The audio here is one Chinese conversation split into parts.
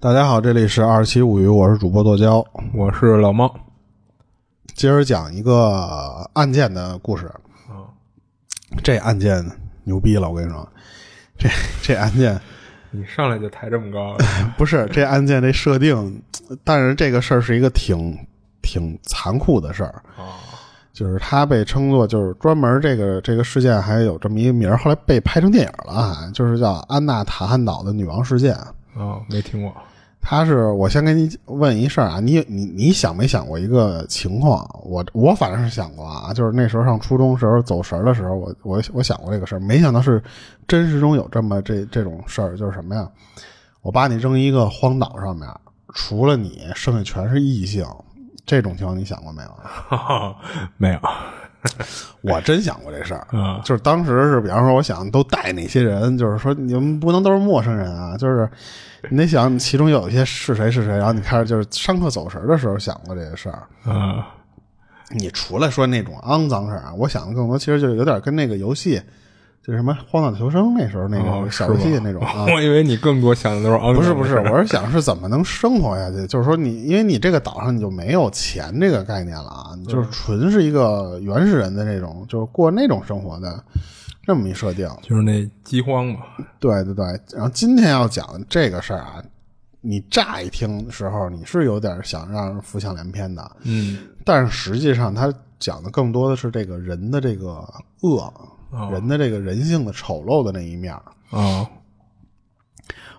大家好，这里是二七物语，我是主播剁椒。我是老猫，今儿讲一个呃案件的故事。这案件牛逼了，我跟你说，这这案件你上来就抬这么高，不是这案件这设定，但是这个事儿是一个挺挺残酷的事儿。就是它被称作就是专门这个这个事件还有这么一个名儿，后来被拍成电影了啊，就是叫《安娜塔汉岛的女王事件》。哦，没听过，他是我先给你问一事儿啊，你你你想没想过一个情况？我我反正是想过啊，就是那时候上初中时候走神儿的时候，我我我想过这个事儿，没想到是真实中有这么这这种事儿，就是什么呀？我把你扔一个荒岛上面，除了你，剩下全是异性，这种情况你想过没有？没有我真想过这事儿，啊就是当时是，比方说，我想都带哪些人，就是说你们不能都是陌生人啊，就是你得想其中有一些是谁是谁，然后你开始就是上课走神儿的时候想过这个事儿。啊你除了说那种肮脏事儿啊，我想的更多其实就是有点跟那个游戏，就是什么《荒岛求生》那时候那哦个小游戏是吧那种啊， 我以为你更多想的都是肮脏的不是不事是，儿我是想是怎么能生活下去？就是说你，因为你这个岛上你就没有钱这个概念了啊，你就是纯是一个原始人的那种，就是过那种生活的这么一设定。就是那饥荒嘛，对对对，然后今天要讲这个事儿啊，你乍一听的时候你是有点想让人浮想联翩的，嗯，但是实际上它讲的更多的是这个人的这个恶，哦人的这个人性的丑陋的那一面儿。哦，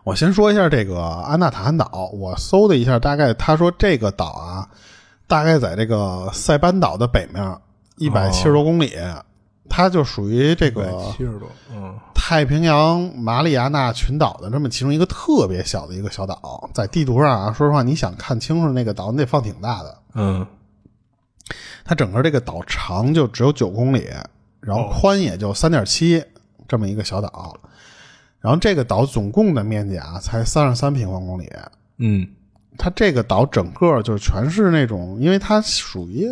我先说一下这个安纳塔汉岛，我搜了一下，大概他说这个岛啊，大概在这个塞班岛的北面一百七十多公里，它就属于这对个，七十多，嗯，太平洋马里亚纳群岛的这么其中一个特别小的一个小岛，在地图上啊，说实话，你想看清楚那个岛，你得放挺大的。嗯，它整个这个岛长就只有九公里，然后宽也就三点七这么一个小岛。然后这个岛总共的面积啊，才三十三平方公里。嗯，它这个岛整个就是全是那种，因为它属于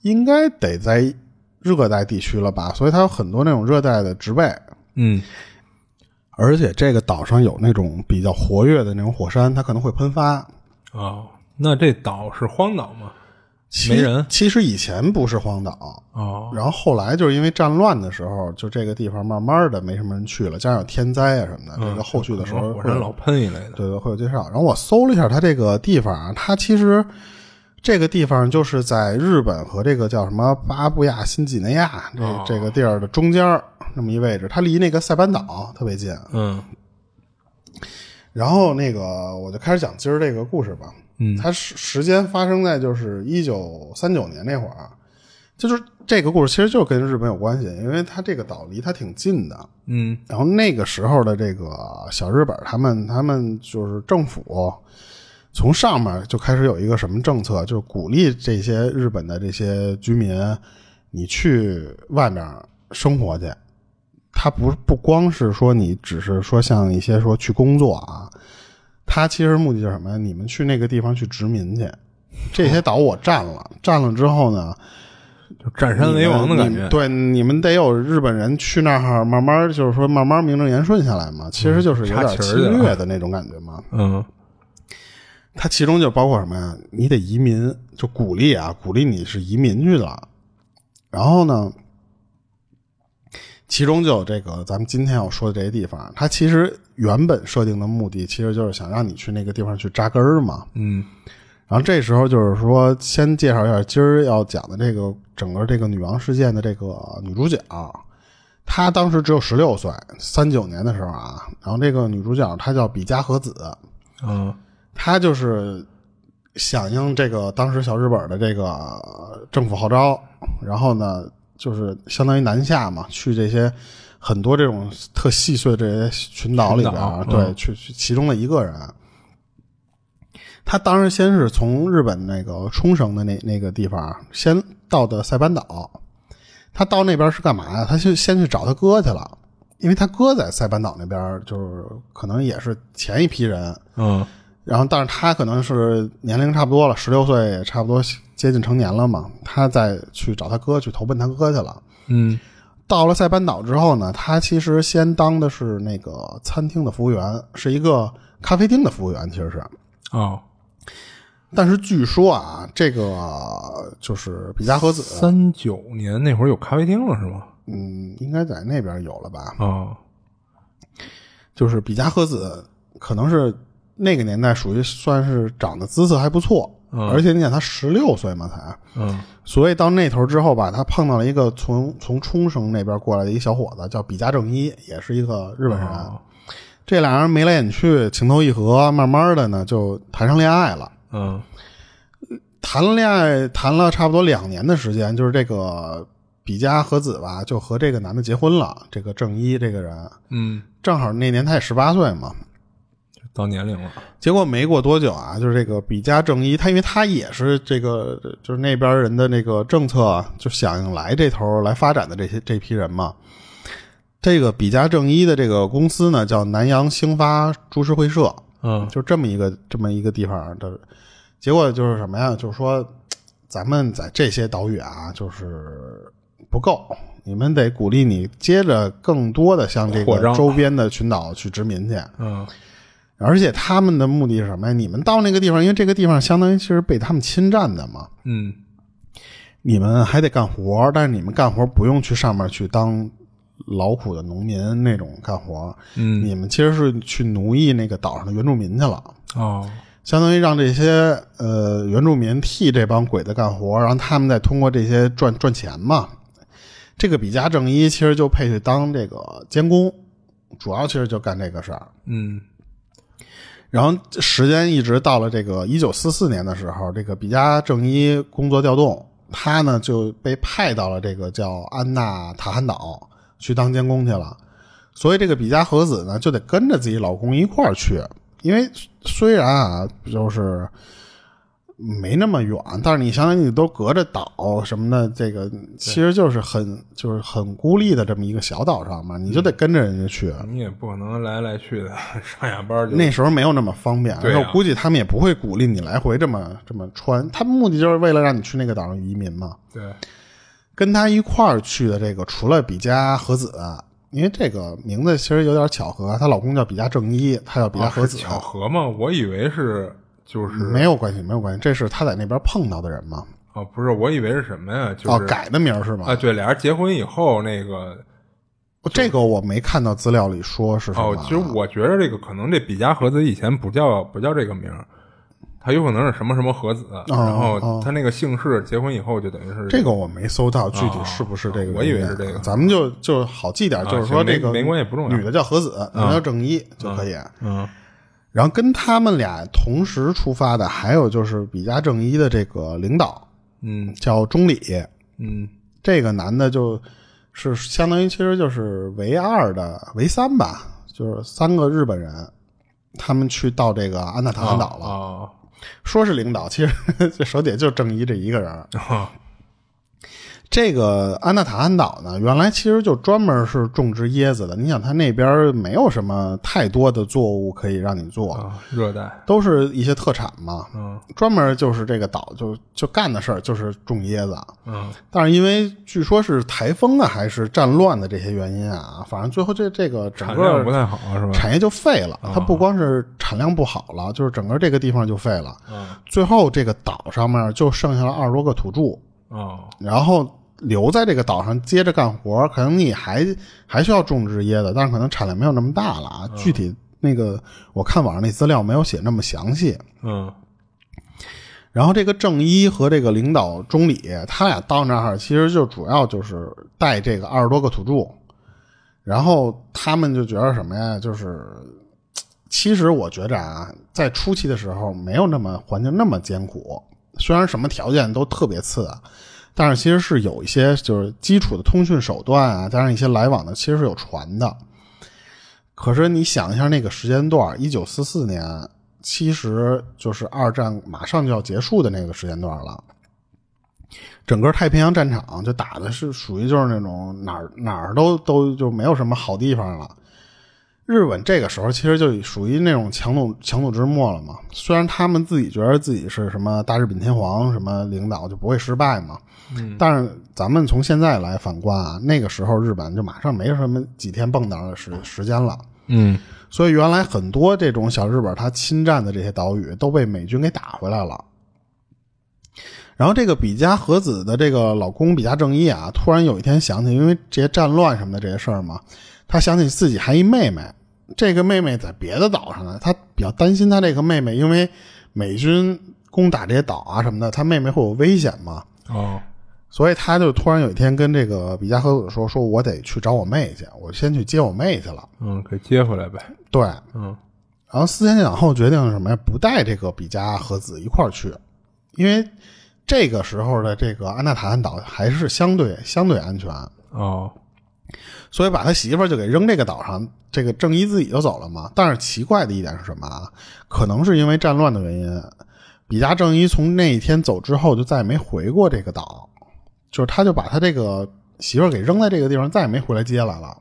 应该得在热带地区了吧，所以它有很多那种热带的植被，嗯，而且这个岛上有那种比较活跃的那种火山，它可能会喷发。哦，那这岛是荒岛吗？其没人其实以前不是荒岛，哦，然后后来就是因为战乱的时候，就这个地方慢慢的没什么人去了，加上有天灾啊什么的，这个后续的时候嗯火会山有老喷一类的，对对，会有介绍。然后我搜了一下它这个地方啊，它其实这个地方就是在日本和这个叫什么巴布亚新几内亚这、哦这个地儿的中间儿那么一位置，它离那个塞班岛特别近。嗯然后那个我就开始讲今儿这个故事吧。嗯它时时间发生在就是一九三九年那会儿，啊就是这个故事其实就跟日本有关系，因为它这个岛离它挺近的。嗯然后那个时候的这个小日本，他们他们就是政府从上面就开始有一个什么政策，就是鼓励这些日本的这些居民，你去外面生活去。他不不光是说你只是说像一些说去工作啊，他其实目的就是什么呀？你们去那个地方去殖民去，这些岛我占了，占了之后呢，就占山为王的感觉你，对，你们得有日本人去那儿慢慢，就是说慢慢名正言顺下来嘛。其实就是有嗯插点旗儿侵去了略的那种感觉嘛。嗯它其中就包括什么呀？你得移民，就鼓励啊，鼓励你是移民去了。然后呢，其中就有这个咱们今天要说的这些地方，它其实原本设定的目的其实就是想让你去那个地方去扎根儿嘛。嗯然后这时候就是说，先介绍一下今儿要讲的这个整个这个女王事件的这个女主角，啊她当时只有十六岁，三九年的时候啊。然后这个女主角她叫比嘉和子，嗯她就是响应这个当时小日本的这个呃政府号召，然后呢，就是相当于南下嘛，去这些很多这种特细碎的这些群岛里边儿，群岛对，嗯去去其中的一个人。他当时先是从日本那个冲绳的那那个地方，先到的塞班岛。他到那边是干嘛呀？他去先去找他哥去了，因为他哥在塞班岛那边，就是可能也是前一批人。嗯然后，但是他可能是年龄差不多了，十六岁也差不多接近成年了嘛，他再去找他哥去投奔他哥去了。嗯到了塞班岛之后呢，他其实先当的是那个餐厅的服务员，是一个咖啡厅的服务员，其实是。哦，但是据说啊，这个就是比加和子，三九年那会儿有咖啡厅了是吗？嗯，应该在那边有了吧？哦，就是比加和子，可能是那个年代属于算是长得姿色还不错，嗯而且你想他十六岁嘛才，嗯，所以到那头之后吧，他碰到了一个从从冲绳那边过来的一小伙子，叫比加正一，也是一个日本人。哦这俩人眉来眼去，情投意合，慢慢的呢就谈上恋爱了。嗯，谈了恋爱，谈了差不多两年的时间，就是这个比加和子吧，就和这个男的结婚了。这个正一这个人，嗯，正好那年他也十八岁嘛。到年龄了，结果没过多久啊，就是这个比加正一，他因为他也是这个就是那边人的那个政策，啊就响应来这头来发展的这些这批人嘛。这个比加正一的这个公司呢，叫南洋兴发株式会社，嗯就这么一个这么一个地方的。结果就是什么呀？就是说，咱们在这些岛屿啊，就是不够，你们得鼓励你接着更多的向这扩个张周边的群岛去殖民去。嗯，而且他们的目的是什么呀？你们到那个地方，因为这个地方相当于是被他们侵占的嘛，嗯，你们还得干活，但是你们干活不用去上面去当劳苦的农民那种干活，嗯，你们其实是去奴役那个岛上的原住民去了，哦，相当于让这些呃原住民替这帮鬼子干活，然后他们再通过这些赚赚钱嘛。这个比加正一其实就配去当这个监工，主要其实就干这个事儿。嗯，然后时间一直到了这个一九四四年的时候，这个比加正一工作调动，他呢就被派到了这个叫安纳塔罕岛去当监工去了。所以这个比加和子呢就得跟着自己老公一块儿去，因为虽然啊就是没那么远，但是你想想你都隔着岛什么的，这个其实就是很就是很孤立的这么一个小岛上嘛，你就得跟着人家去。你也不可能来来去的 上下班就那时候没有那么方便，对而啊且我估计他们也不会鼓励你来回这么这么穿。他们目的就是为了让你去那个岛上移民嘛。对，跟他一块儿去的这个，除了比加和子，因为这个名字其实有点巧合，啊她老公叫比加正一，她叫比加啊和是子，嗯巧合吗？我以为是就是没有关系，没有关系，这是他在那边碰到的人嘛。哦，不是，我以为是什么呀？就哦，是改的名儿是吗？哦啊，对，俩人结婚以后那个这个我没看到资料里说是什么。啊哦，其实我觉得这个可能这比加和子以前不叫不叫这个名儿，他有可能是什么什么和子，然后他那个姓氏结婚以后就等于是哦这个我没搜到，具体是不是这个原因、哦啊我以为是这个咱们就就好记点，啊就是说行没这个没关系不重要啊女的叫和子，男的叫正一就可以。啊嗯然后跟他们俩同时出发的，还有就是比加正一的这个领导嗯叫中里，嗯这个男的就是相当于其实就是唯二的唯三吧，就是三个日本人，他们去到这个安纳塔啊半岛了。啊说是领导，其实这手底下就正一这一个人。啊这个安纳塔安岛呢，原来其实就专门是种植椰子的。你想，它那边没有什么太多的作物可以让你做，啊，热带都是一些特产嘛。嗯专门就是这个岛就就干的事儿就是种椰子，嗯但是因为据说是台风啊，还是战乱的这些原因啊，反正最后这这个整产量不个太好啊是吧？啊产业就废了。它不光是产量不好了，就是整个这个地方就废了。嗯最后这个岛上面就剩下了二十多个土著，哦然后留在这个岛上接着干活，可能你还还需要种植椰子，但是可能产量没有那么大了嗯啊。具体那个我看网上那资料没有写那么详细，嗯然后这个正一和这个领导中里，他俩到那儿其实就主要就是带这个二十多个土著，然后他们就觉得什么呀？就是其实我觉着啊，在初期的时候没有那么环境那么艰苦，虽然什么条件都特别次啊，但是其实是有一些就是基础的通讯手段啊，加上一些来往的，其实是有船的。可是你想一下那个时间段，一九四四年，其实就是二战马上就要结束的那个时间段了。整个太平洋战场就打的是属于就是那种哪儿哪儿都都就没有什么好地方了。日本这个时候其实就属于那种强弩强弩之末了嘛。虽然他们自己觉得自己是什么大日本天皇什么领导就不会失败嘛，嗯但是咱们从现在来反观啊，那个时候日本就马上没什么几天蹦跶的时时间了，嗯所以原来很多这种小日本他侵占的这些岛屿都被美军给打回来了。然后这个比嘉和子的这个老公比嘉正一啊，突然有一天想起，因为这些战乱什么的这些事儿嘛，他想起自己还一妹妹，这个妹妹在别的岛上呢，他比较担心他这个妹妹，因为美军攻打这些岛啊什么的，他妹妹会有危险嘛，哦所以他就突然有一天跟这个比嘉和子说：“说我得去找我妹去，我先去接我妹去了。嗯，给接回来呗。”对，嗯然后思前想后决定是什么呀？不带这个比嘉和子一块儿去，因为这个时候的这个安纳塔汉岛还是相对相对安全，哦所以把他媳妇儿就给扔这个岛上，这个正一自己就走了嘛。但是奇怪的一点是什么啊？可能是因为战乱的原因，比嘉正一从那一天走之后就再也没回过这个岛，就是他就把他这个媳妇儿给扔在这个地方，再也没回来接来了。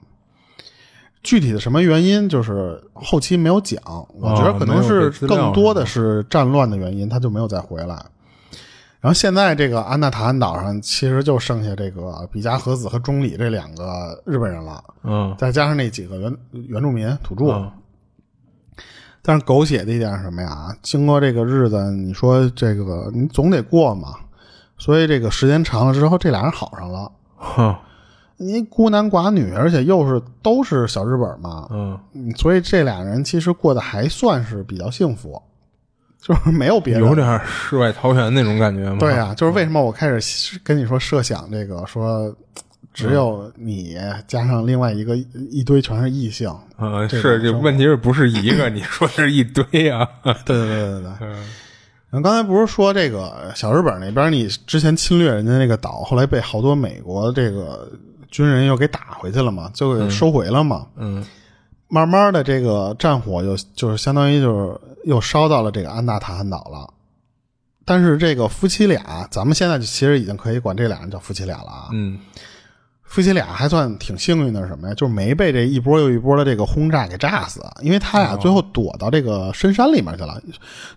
具体的什么原因，就是后期没有讲。我觉得可能是更多的是战乱的原因，他就没有再回来。然后现在这个安纳塔安岛上，其实就剩下这个比嘉和子和中里这两个日本人了，嗯再加上那几个原原住民土著。嗯但是狗血的一点是什么呀？经过这个日子，你说这个你总得过嘛，所以这个时间长了之后，这俩人好上了。哼你孤男寡女，而且又是都是小日本嘛，嗯，嗯所以这俩人其实过得还算是比较幸福，就是没有别人有点世外桃源那种感觉吗？对呀、就是为什么我开始跟你说设想这个，说只有你加上另外一个一堆全是异性，嗯，这是种这生活问题是不是一个？你 说是一堆啊？ 对对对对对。 嗯然后刚才不是说这个小日本那边，你之前侵略人家那个岛，后来被好多美国这个军人又给打回去了嘛，就给收回了嘛。嗯慢慢的，这个战火又就是相当于就是又烧到了这个安纳塔汉岛了。但是这个夫妻俩，咱们现在其实已经可以管这俩人叫夫妻俩了啊。嗯夫妻俩还算挺幸运的，是什么呀？就是没被这一波又一波的这个轰炸给炸死，啊因为他俩最后躲到这个深山里面去了。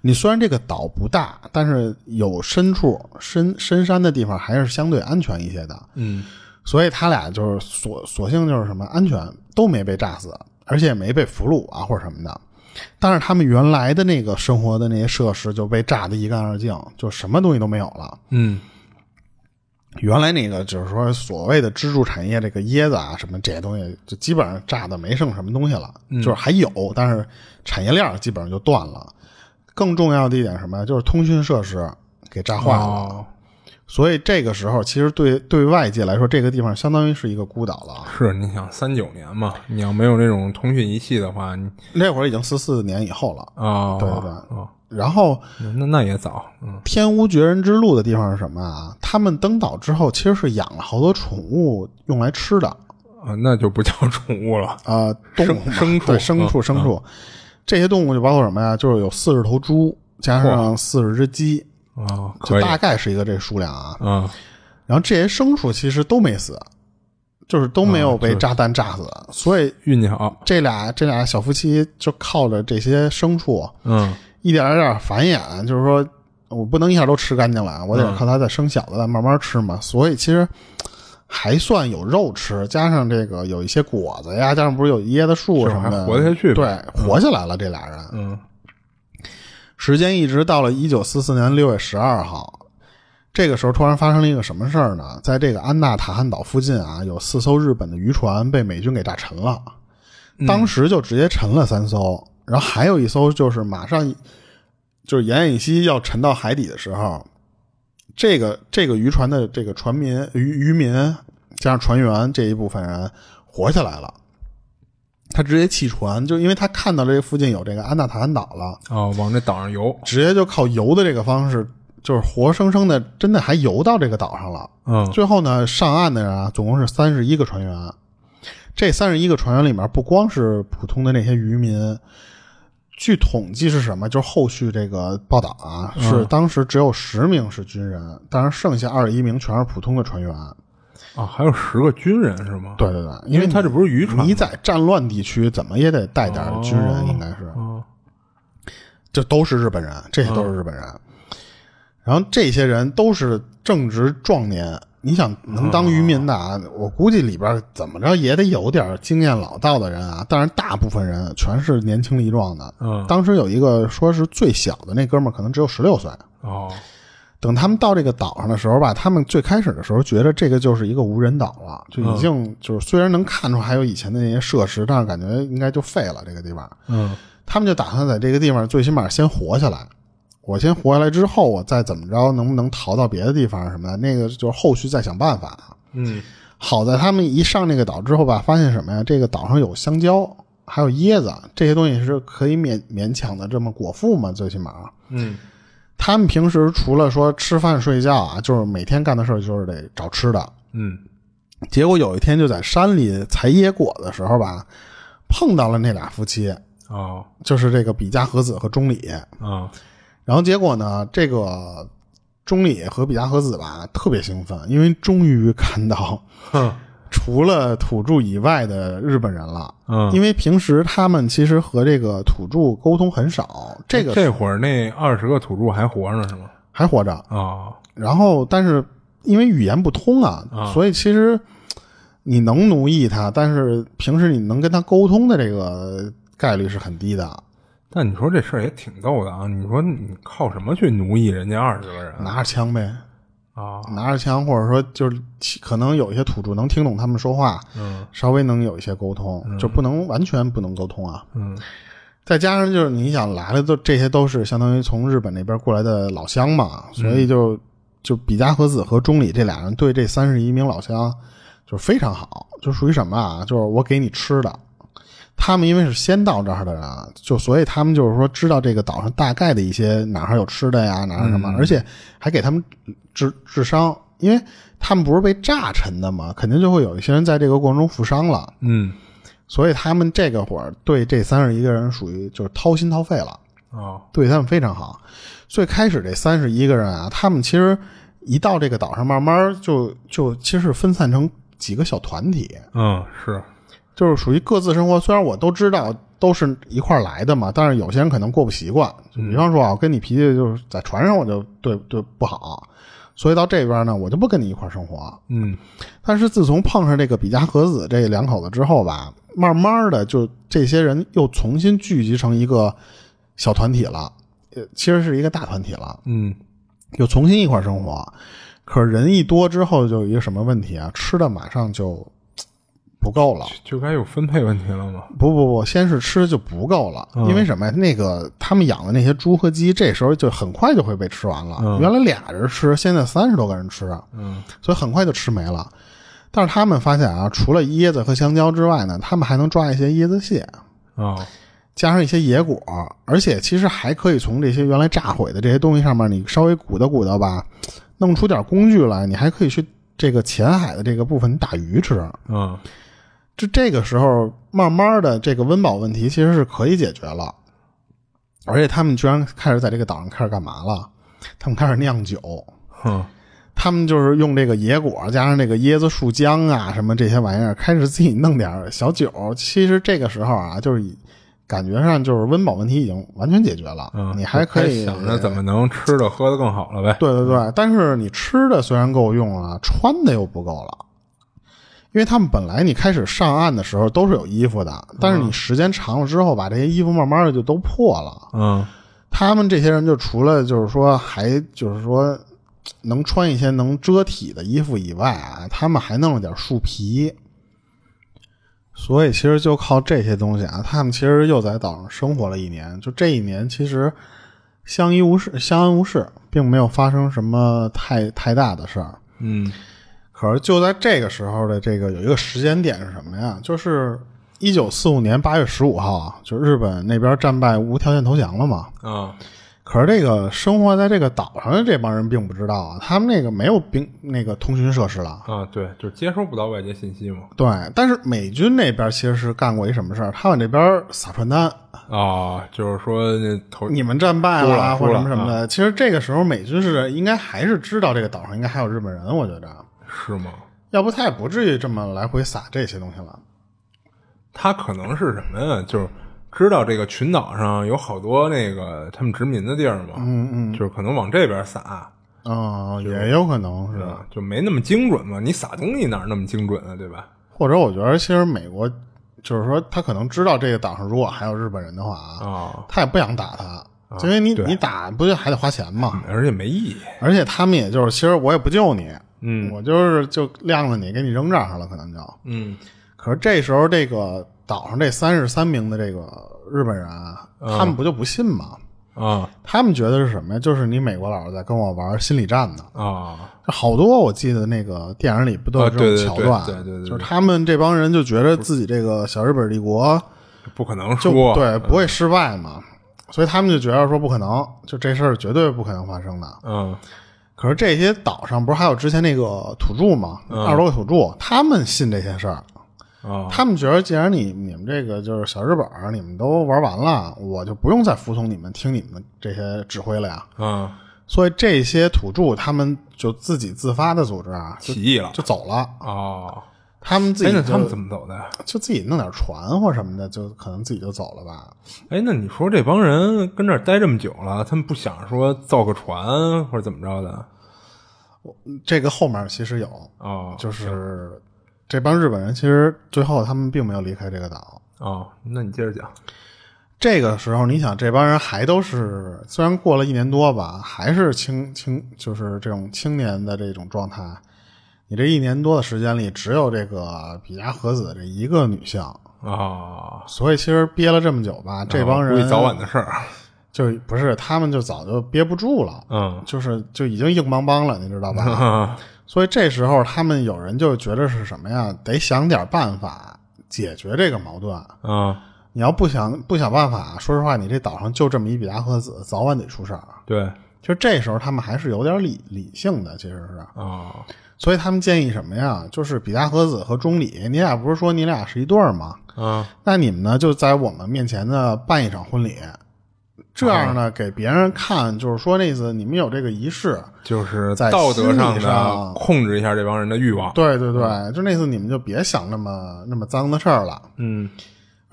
你虽然这个岛不大，但是有深处深深山的地方还是相对安全一些的，嗯所以他俩就是索索性就是什么安全都没被炸死，而且也没被俘虏啊或者什么的。但是他们原来的那个生活的那些设施就被炸得一干二净，就什么东西都没有了。嗯原来那个就是说所谓的支柱产业，这个椰子啊什么这些东西，就基本上炸的没剩什么东西了，嗯就是还有，但是产业链儿基本上就断了。更重要的一点是什么呀？就是通讯设施给炸坏了，哦所以这个时候其实对对外界来说，这个地方相当于是一个孤岛了。是你想三九年嘛？你要没有这种通讯仪器的话，你那会儿已经四四年以后了，哦，对对哦，然后那那也早，嗯天无绝人之路的地方是什么啊？他们登岛之后，其实是养了好多宠物用来吃的。啊，那就不叫宠物了，啊，动物嘛牲牲畜嗯对牲畜牲畜，这些动物就包括什么呀？就是有四十头猪，加上四十只鸡，哦，可就以，大概是一个这数量啊。嗯，然后这些牲畜其实都没死，啊就是都没有啊就被是炸弹炸死，所以运气好，这俩这俩小夫妻就靠着这些牲畜嗯一点儿一点儿繁衍，就是说我不能一下都吃干净了，啊我得嗯靠它再生小的，再慢慢吃嘛。所以其实还算有肉吃，加上这个有一些果子呀，加上不是有椰子树什么是的，还活得下去呗对，活下来了。这俩人，嗯时间一直到了一九四四年六月十二号。这个时候突然发生了一个什么事儿呢？在这个安纳塔汉岛附近啊，有四艘日本的渔船被美军给炸沉了。嗯当时就直接沉了三艘，然后还有一艘就是马上就是奄奄一息要沉到海底的时候，这个这个渔船的这个船民渔渔民加上船员这一部分人活下来了。他直接弃船，就因为他看到这附近有这个安纳塔安岛了，哦，往这岛上游，直接就靠游的这个方式，就是活生生的，真的还游到这个岛上了。嗯最后呢，上岸的人啊，总共是三十一个船员。这三十一个船员里面，不光是普通的那些渔民，据统计是什么？就是后续这个报道啊，嗯是当时只有十名是军人，当然剩下二十一名全是普通的船员。啊，还有十个军人是吗？对对对，因为他这不是渔船吗，你在战乱地区怎么也得带点军人，应该是，哦这都是日本人，这些都是日本人。然后这些人都是正值壮年，你想能当渔民的啊，我估计里边怎么着也得有点经验老道的人啊。但是大部分人全是年轻力壮的。嗯当时有一个说是最小的那哥们儿，可能只有十六岁。哦等他们到这个岛上的时候吧，他们最开始的时候觉得这个就是一个无人岛了，就已经就是虽然能看出还有以前的那些设施，但是感觉应该就废了这个地方。嗯他们就打算在这个地方最起码先活下来。我先活下来之后，我再怎么着，能不能逃到别的地方什么的，那个就是后续再想办法。嗯好在他们一上那个岛之后吧，发现什么呀？这个岛上有香蕉，还有椰子，这些东西是可以勉勉强的这么果腹嘛，最起码。嗯他们平时除了说吃饭睡觉啊，就是每天干的事儿就是得找吃的。嗯结果有一天就在山里采野果的时候吧，碰到了那俩夫妻，哦就是这个比加和子和中里。啊然后结果呢，这个中里和比加和子吧特别兴奋，因为终于看到 哼除了土著以外的日本人了。嗯，因为平时他们其实和这个土著沟通很少，这个这会儿那二十个土著还活着呢是吗？还活着。哦然后，但是因为语言不通啊，啊所以其实你能奴役他，但是平时你能跟他沟通的这个概率是很低的。但你说这事儿也挺逗的啊！你说你靠什么去奴役人家二十个人拿着枪呗，啊？拿着枪，或者说就是其可能有一些土著能听懂他们说话，嗯稍微能有一些沟通，就不能完全不能沟通啊。嗯再加上就是你想来的都这些都是相当于从日本那边过来的老乡嘛，所以就、就比加和子和中里这俩人对这三十一名老乡就是非常好，就属于什么啊？就是我给你吃的。他们因为是先到这儿的人啊，就所以他们就是说知道这个岛上大概的一些哪儿有吃的呀，哪儿有什么，而且还给他们治治伤，因为他们不是被炸沉的嘛，肯定就会有一些人在这个过程中负伤了。嗯所以他们这个会儿对这三十一个人属于就是掏心掏肺了，哦对他们非常好。最开始这三十一个人啊，他们其实一到这个岛上，慢慢就就其实分散成几个小团体，嗯是就是属于各自生活。虽然我都知道都是一块儿来的嘛，但是有些人可能过不习惯。嗯就比方说啊，我跟你脾气就是在船上我就对对不好，所以到这边呢，我就不跟你一块儿生活。嗯但是自从碰上这个比加和子这两口子之后吧，慢慢的就这些人又重新聚集成一个小团体了，呃，其实是一个大团体了，嗯又重新一块儿生活。可是人一多之后，就有一个什么问题啊？吃的马上就嘖不够了。就该有分配问题了吗？不不不，先是吃就不够了，嗯因为什么呀？那个他们养的那些猪和鸡，这时候就很快就会被吃完了。嗯原来俩人吃，现在三十多个人吃。嗯所以很快就吃没了。但是他们发现啊，除了椰子和香蕉之外呢，他们还能抓一些椰子蟹，哦加上一些野果，而且其实还可以从这些原来炸毁的这些东西上面，你稍微鼓捣鼓捣吧，弄出点工具来，你还可以去这个浅海的这个部分打鱼吃。嗯就这个时候，慢慢的这个温饱问题其实是可以解决了，而且他们居然开始在这个岛上开始干嘛了？他们开始酿酒。哼他们就是用这个野果啊加上这个椰子树浆啊，什么这些玩意儿，开始自己弄点儿小酒。其实这个时候啊，就是以感觉上就是温饱问题已经完全解决了，嗯，你还可以就该想着怎么能吃的喝的更好了呗？对对对，但是你吃的虽然够用啊，穿的又不够了。因为他们本来你开始上岸的时候都是有衣服的，但是你时间长了之后，把这些衣服慢慢的就都破了。嗯他们这些人就除了就是说还就是说能穿一些能遮体的衣服以外啊，他们还弄了点树皮。所以其实就靠这些东西啊，他们其实又在岛上生活了一年。就这一年，其实相依无事，相安无事，并没有发生什么太太大的事儿。嗯可是就在这个时候的这个有一个时间点是什么呀？就是一九四五年八月十五号啊，就日本那边战败无条件投降了嘛。啊可是这个生活在这个岛上的这帮人并不知道啊，他们那个没有兵那个通讯设施了。啊，对，就是接收不到外界信息嘛。对，但是美军那边其实是干过一什么事儿，他往这边撒传单，啊，就是说那头你们战败输了了啊输或了者什么什么的。其实这个时候美军是应该还是知道这个岛上应该还有日本人，我觉着。是吗？要不他也不至于这么来回撒这些东西了。他可能是什么呀？就是知道这个群岛上有好多那个他们殖民的地儿嘛，嗯嗯，就是可能往这边撒，啊、也有可能是，吧？就没那么精准嘛。你撒东西哪那么精准啊，对吧？或者我觉得其实美国就是说他可能知道这个岛上如果还有日本人的话啊、啊，他也不想打他，因为你对你打不就还得花钱吗？而且没意义。而且他们也就是其实我也不救你，嗯我就是就晾着你给你扔这儿上了，可能就。嗯，可是这时候，这个岛上这三十三名的这个日本人啊，嗯他们不就不信吗？啊他们觉得是什么呀？就是你美国佬在跟我玩心理战呢。啊，好多我记得那个电影里不都有啊这种对对桥对段？对对对对就是他们这帮人就觉得自己这个小日本帝国不可能就说对不会失败嘛，所以他们就觉得说不可能，就这事儿绝对不可能发生的。嗯可是这些岛上不是还有之前那个土著吗？嗯二十多个土著，他们信这些事儿，啊他们觉得，既然你你们这个就是小日本儿，你们都玩完了，我就不用再服从你们、听你们的这些指挥了呀。啊，所以这些土著他们就自己自发的组织啊，就起义了就走了。哦，他们自哎，己就、那他们怎么走的呀？就自己弄点船或什么的，就可能自己就走了吧。哎，那你说这帮人跟这儿待这么久了，他们不想说造个船或者怎么着的？这个后面其实有，哦，就是这帮日本人其实最后他们并没有离开这个岛。哦，那你接着讲。这个时候，你想这帮人还都是，虽然过了一年多吧，还是青青，就是这种青年的这种状态。你这一年多的时间里，只有这个比嘉和子这一个女性，啊，所以其实憋了这么久吧，这帮哦估人计早晚的事儿。就不是他们就早就憋不住了， 嗯，就是就已经硬邦邦了，你知道 吧？啊所以这时候他们有人就觉得是什么呀？得想点办法解决这个矛盾。啊，你要不想不想办法，说实话，你这岛上就这么一比达和子，早晚得出事儿。啊对就这时候，他们还是有点理理性的，其实是，啊，所以他们建议什么呀？就是比达和子和中里，你俩不是说你俩是一对儿吗？啊那你们呢，就在我们面前呢办一场婚礼，这样呢给别人看，就是说那意思，你们有这个仪式，就是在道德心理的上控制一下这帮人的欲望。对对对，就那次你们就别想那么那么脏的事儿了。嗯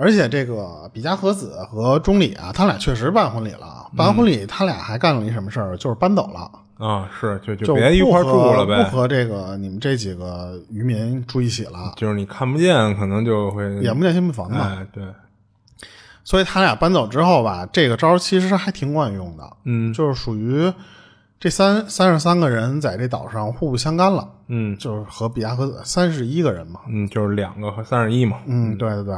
而且这个比嘉和子和钟里啊，他俩确实办婚礼嗯了。啊办完婚礼，他俩还干了一什么事儿？就是搬走了，啊，是就就就别一块儿住不了和不呗。和这个你们这几个渔民住一起了，就是你看不见，可能就会眼不见心不烦嘛。嗯哎，对，所以他俩搬走之后吧，这个招儿其实还挺管用的，嗯就是属于这三三十三个人在这岛上互不相干了，嗯就是和比嘉和子三十一个人嘛。嗯，就是两个和三十一嘛，嗯，对对对。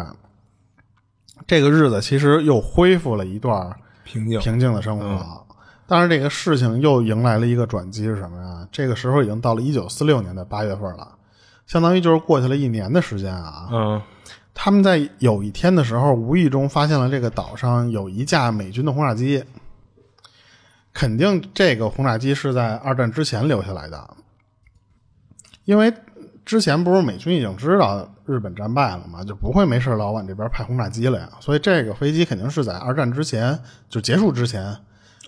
这个日子其实又恢复了一段儿平静。平静的生活。但是这个事情又迎来了一个转机是什么呀？这个时候已经到了一九四六年的八月份了，相当于就是过去了一年的时间啊。嗯他们在有一天的时候，无意中发现了这个岛上有一架美军的轰炸机。肯定这个轰炸机是在二战之前留下来的，因为之前不是美军已经知道日本战败了嘛，就不会没事儿老往这边派轰炸机了呀。所以这个飞机肯定是在二战之前就结束之前，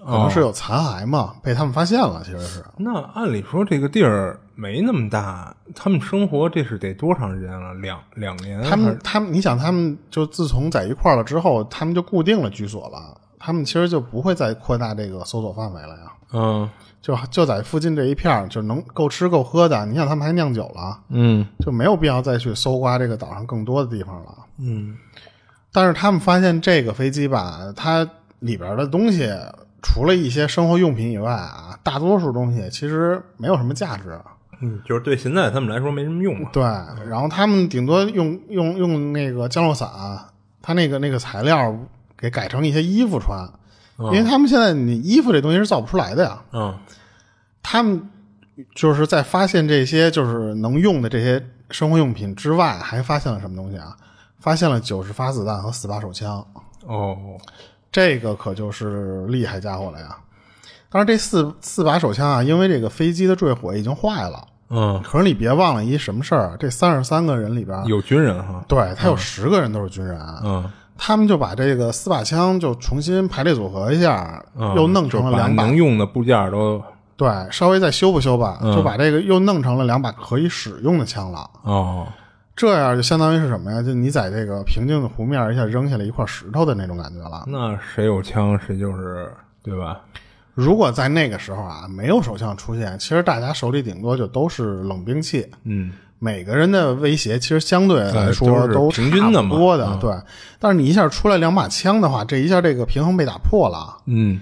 可能是有残骸嘛，被他们发现了。其实是那按理说这个地儿没那么大，他们生活这是得多长时间了？两两年嗯还是？他们，他们，你想，他们就自从在一块儿了之后，他们就固定了居所了，他们其实就不会再扩大这个搜索范围了呀。嗯就就在附近这一片儿，就能够吃够喝的。你想，他们还酿酒了，嗯就没有必要再去搜刮这个岛上更多的地方了。嗯但是他们发现这个飞机吧，它里边的东西除了一些生活用品以外啊，大多数东西其实没有什么价值。嗯，就是对现在他们来说没什么用啊嘛。对，然后他们顶多用用用那个降落伞，它那个那个材料给改成一些衣服穿，因为他们现在你衣服这东西是造不出来的呀。嗯他们就是在发现这些就是能用的这些生活用品之外，还发现了什么东西啊？发现了九十发子弹和四把手枪。哦这个可就是厉害家伙了呀！当然，这四四把手枪啊，因为这个飞机的坠毁已经坏了。嗯，可是你别忘了一什么事儿，啊这三十三个人里边，有军人哈。对他有十个人都是军人，啊嗯，他们就把这个四把枪就重新排列组合一下，又弄成了嗯啊就把两把，能用的部件都对，对，稍微再修吧修吧，嗯就把这个又弄成了两把可以使用的枪了。哦，这样就相当于是什么呀？就你在这个平静的湖面儿一下扔下来一块石头的那种感觉了。那谁有枪谁就是对吧？如果在那个时候啊，没有手枪出现，其实大家手里顶多就都是冷兵器，嗯，每个人的威胁其实相对来说呃都是都平均的嘛差不多的，嗯对。但是你一下出来两把枪的话，这一下这个平衡被打破了。嗯，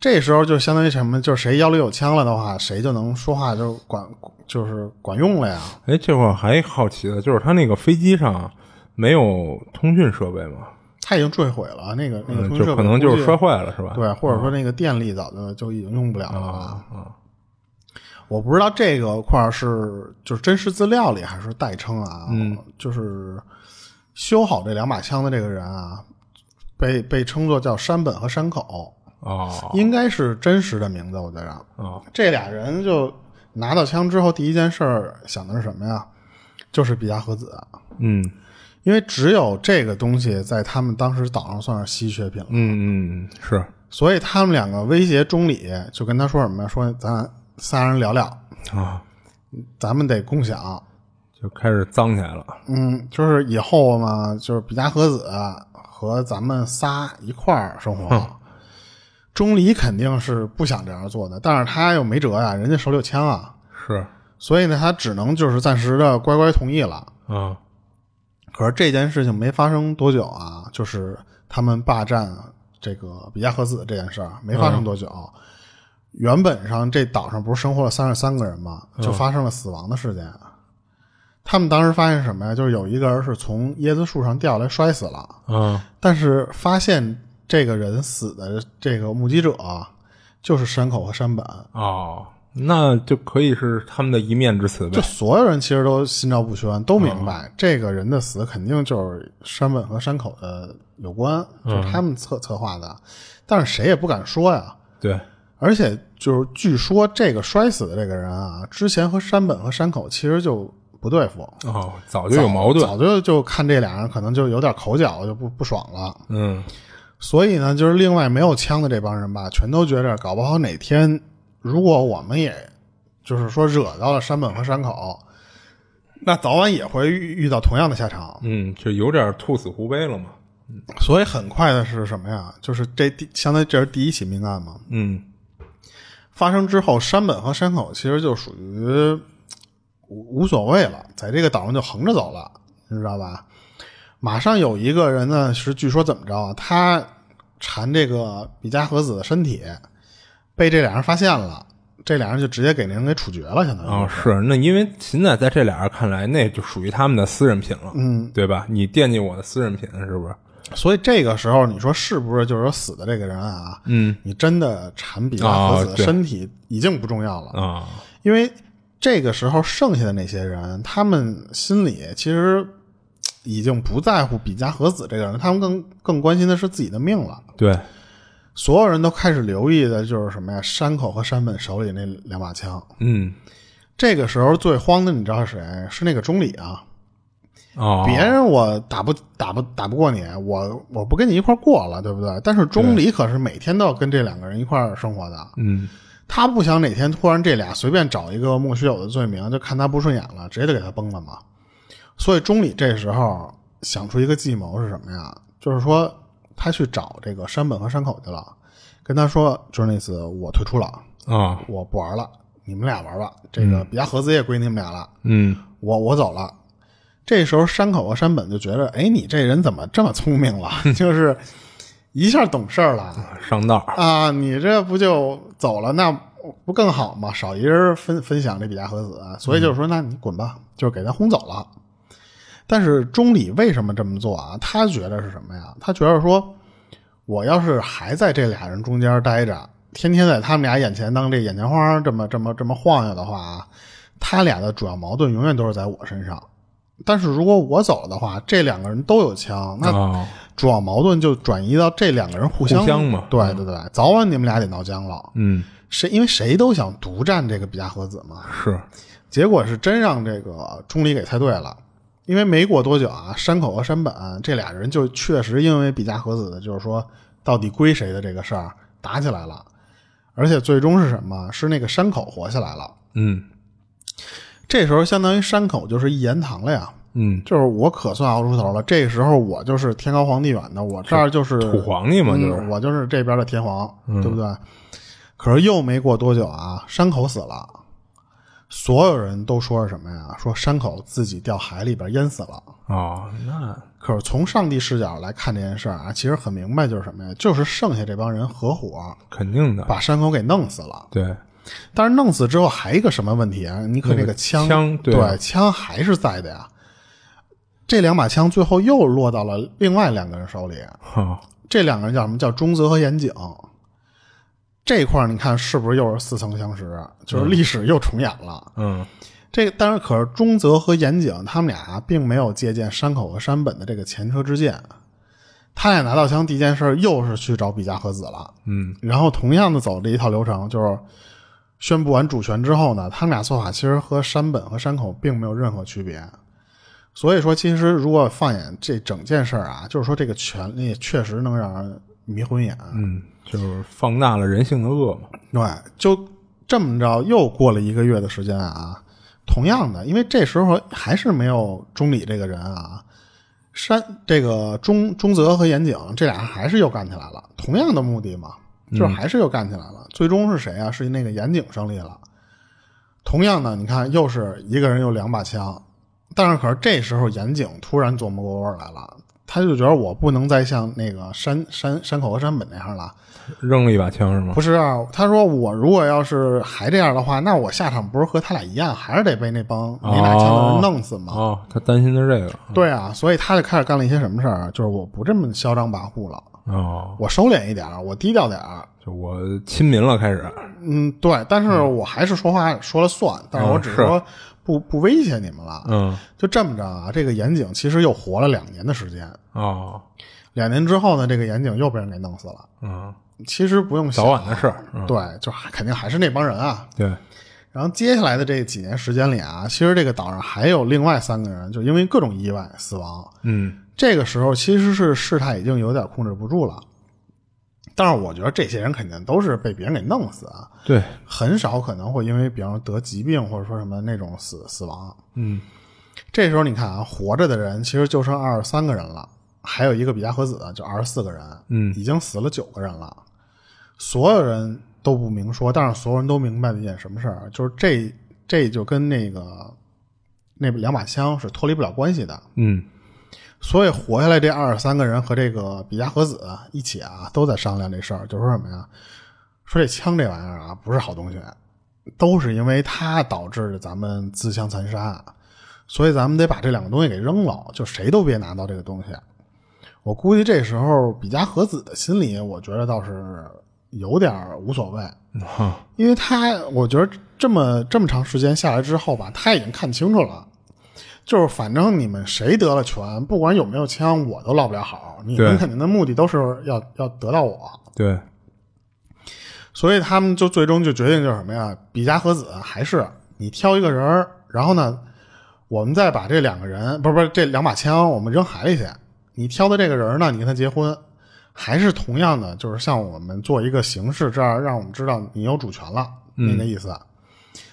这时候就相当于什么？就是谁腰里有枪了的话，谁就能说话，就管就是管用了呀。哎，这会儿还好奇的就是，他那个飞机上没有通讯设备吗？他已经坠毁了，那个那个嗯，通就讯设备可能就估是计摔坏了，是吧？对，啊或者说那个电力早就就已经用不了了吧。啊，我不知道这个块儿是就是真实资料里还是代称啊，嗯就是修好这两把枪的这个人啊，被被称作叫山本和山口，哦应该是真实的名字，我觉着。哦，这俩人就拿到枪之后，第一件事儿想的是什么呀？就是比亚和子，嗯因为只有这个东西在他们当时岛上算是稀缺品了。嗯嗯，是，所以他们两个威胁中里，就跟他说什么呀？说咱仨人聊聊，啊，咱们得共享。就开始脏起来了。嗯，就是以后嘛，就是比嘉和子和咱们仨一块儿生活。钟离肯定是不想这样做的，但是他又没辙呀、人家手里有枪啊，是，所以呢，他只能就是暂时的乖乖同意了。啊，可是这件事情没发生多久啊，就是他们霸占这个比嘉和子这件事儿啊没发生多久，原本上这岛上不是生活了三十三个人吗？就发生了死亡的事件。他们当时发现什么呀？就是有一个人是从椰子树上掉下来摔死了，啊，但是发现这个人死的这个目击者啊就是山口和山本，哦，那就可以是他们的一面之词呗就。所有人其实都心照不宣，都明嗯白、这个人的死肯定就是山本和山口的有关，嗯就是他们策策划的，但是谁也不敢说呀。对，而且就是据说这个摔死的这个人啊，之前和山本和山口其实就不对付，哦，早就有矛盾。早就就看这俩人可能就有点口角，就不不爽了。嗯，所以呢，就是另外没有枪的这帮人吧，全都觉着搞不好哪天如果我们也就是说惹到了山本和山口，那早晚也会遇遇到同样的下场。嗯，就有点兔死狐悲了嘛。所以很快的是什么呀？就是这第相当于这是第一起命案嘛。嗯，发生之后，山本和山口其实就属于呃无无所谓了，在这个岛上就横着走了，你知道吧？马上有一个人呢，是据说怎么着啊？他缠这个比嘉和子的身体，被这俩人发现了，这俩人就直接给那人给处决了，相当于。哦，是，那因为现在在这俩人看来，那就属于他们的私人品了，嗯，对吧？你惦记我的私人品是不是？所以这个时候你说是不是就是说死的这个人啊？嗯，你真的缠比嘉和子哦的对身体已经不重要了，啊，因为这个时候剩下的那些人，他们心里其实嘖已经不在乎比嘉和子这个人，他们更更关心的是自己的命了。对，所有人都开始留意的就是什么呀？山口和山本手里那两把枪。嗯，这个时候最慌的，你知道是谁？是那个钟里啊！哦，别人我打不打不打不过你，我我不跟你一块儿过了，对不对？但是钟里可是每天都要跟这两个人一块儿生活的。嗯，他不想哪天突然这俩随便找一个莫须有的罪名，就看他不顺眼了，直接就给他崩了嘛。所以钟里这时候想出一个计谋是什么呀？就是说他去找这个山本和山口去了，跟他说，就是那次我退出了，啊，我不玩了，你们俩玩吧，这个比亚合资也归你们俩了，嗯，我我走了。这时候山口和山本就觉得，哎，你这人怎么这么聪明了？ 就是一下懂事儿了。上道儿啊，你这不就走了，那不更好吗？少一人分分享这比亚和子，啊所以就是说，那你滚吧，就是给他轰走了。但是钟里为什么这么做啊？他觉得是什么呀？他觉得说，我要是还在这俩人中间待着，天天在他们俩眼前当这眼前花，这么这么这么晃悠的话啊，他俩的主要矛盾永远都是在我身上。但是如果我走了的话，这两个人都有枪，那哦，主要矛盾就转移到这两个人互相互相嘛对对对，早晚你们俩得闹僵了。嗯，谁因为谁都想独占这个比亚和子嘛，是，结果是真让这个钟离给猜对了。因为没过多久啊，山口和山本这俩人就确实因为比亚和子的，就是说到底归谁的这个事儿打起来了，而且最终是什么？是那个山口活下来了。嗯这时候相当于山口就是一言堂了呀，嗯，就是我可算熬出头了。这时候我就是天高皇帝远的，我这儿就是土皇帝嘛，就是嗯嗯我就是这边的天皇，对不对？可是又没过多久啊，山口死了，所有人都说是什么呀？说山口自己掉海里边淹死了。哦，那可是从上帝视角来看这件事儿啊，其实很明白，就是什么呀？就是剩下这帮人合伙肯定的，把山口给弄死了。对，但是弄死之后还有一个什么问题啊？你可那那个个枪，枪对啊对枪还是在的呀。这两把枪最后又落到了另外两个人手里。啊哈，这两个人叫什么？叫中泽和岩井。这块儿你看是不是又是似曾相识？啊就是历史又重演了。嗯这个当然，可是中泽和岩井他们俩、并没有借鉴山口和山本的这个前车之鉴。他俩拿到枪第一件事又是去找比嘉和子了。嗯然后同样的走这一套流程，就是宣布完主权之后呢，他们俩做法其实和山本和山口并没有任何区别。所以说，其实如果放眼这整件事儿啊，就是说这个权利确实能让人迷昏眼。啊嗯，就是放大了人性的恶嘛，对，就这么着，又过了一个月的时间啊。同样的，因为这时候还是没有中里这个人啊，山这个中中泽和岩井这俩还是又干起来了，同样的目的嘛，就是还是又干起来了。最终是谁啊？是那个岩井胜利了。同样的，你看又是一个人有两把枪，但是可是这时候岩井突然琢磨过味儿来了，他就觉得我不能再像那个山山山口和山本那样了，扔了一把枪是吗？不是啊，他说我如果要是还这样的话，那我下场不是和他俩一样，还是得被那帮没拿枪的人弄死吗？哦，他担心的这个，对啊，所以他就开始干了一些什么事儿啊，就是我不这么嚣张跋扈了，哦，我收敛一点儿，我低调点儿。就我亲民了，开始，嗯，对，但是我还是说话说了算，但是我只嗯说不不威胁你们了。嗯，就这么着啊，这个岩井其实又活了两年的时间，哦，两年之后呢，这个岩井又被人给弄死了。嗯，其实不用想啊早，晚的事儿，嗯，对，就还肯定还是那帮人啊，对，然后接下来的这几年时间里啊，其实这个岛上还有另外三个人，就因为各种意外死亡。嗯，这个时候其实是事态已经有点控制不住了，但是我觉得这些人肯定都是被别人给弄死啊，对，很少可能会因为比方说得疾病或者说什么那种死死亡。嗯，这时候你看啊，活着的人其实就剩二十三个人了，还有一个比加和子，就二十四个人，嗯已经死了九个人了。所有人都不明说，但是所有人都明白的一件什么事儿，就是这这就跟那个那两把枪是脱离不了关系的。嗯，所以活下来这二十三个人和这个比加和子一起啊，都在商量这事儿，就说什么呀？说这枪这玩意儿啊，不是好东西，都是因为它导致了咱们自相残杀，所以咱们得把这两个东西给扔了，就谁都别拿到这个东西。我估计这时候比加和子的心里，我觉得倒是有点儿无所谓，哈，因为他我觉得这么这么长时间下来之后吧，他已经看清楚了，就是反正你们谁得了权，不管有没有枪，我都落不了好。你对们肯定的目的都是要要得到我，对，所以他们就最终就决定就是什么呀？比加和子还是你挑一个人儿，然后呢，我们再把这两个人，不是不是这两把枪，我们扔海里去。你挑的这个人儿呢，你跟他结婚，还是同样的，就是像我们做一个形式，这样让我们知道你有主权了，嗯那个意思。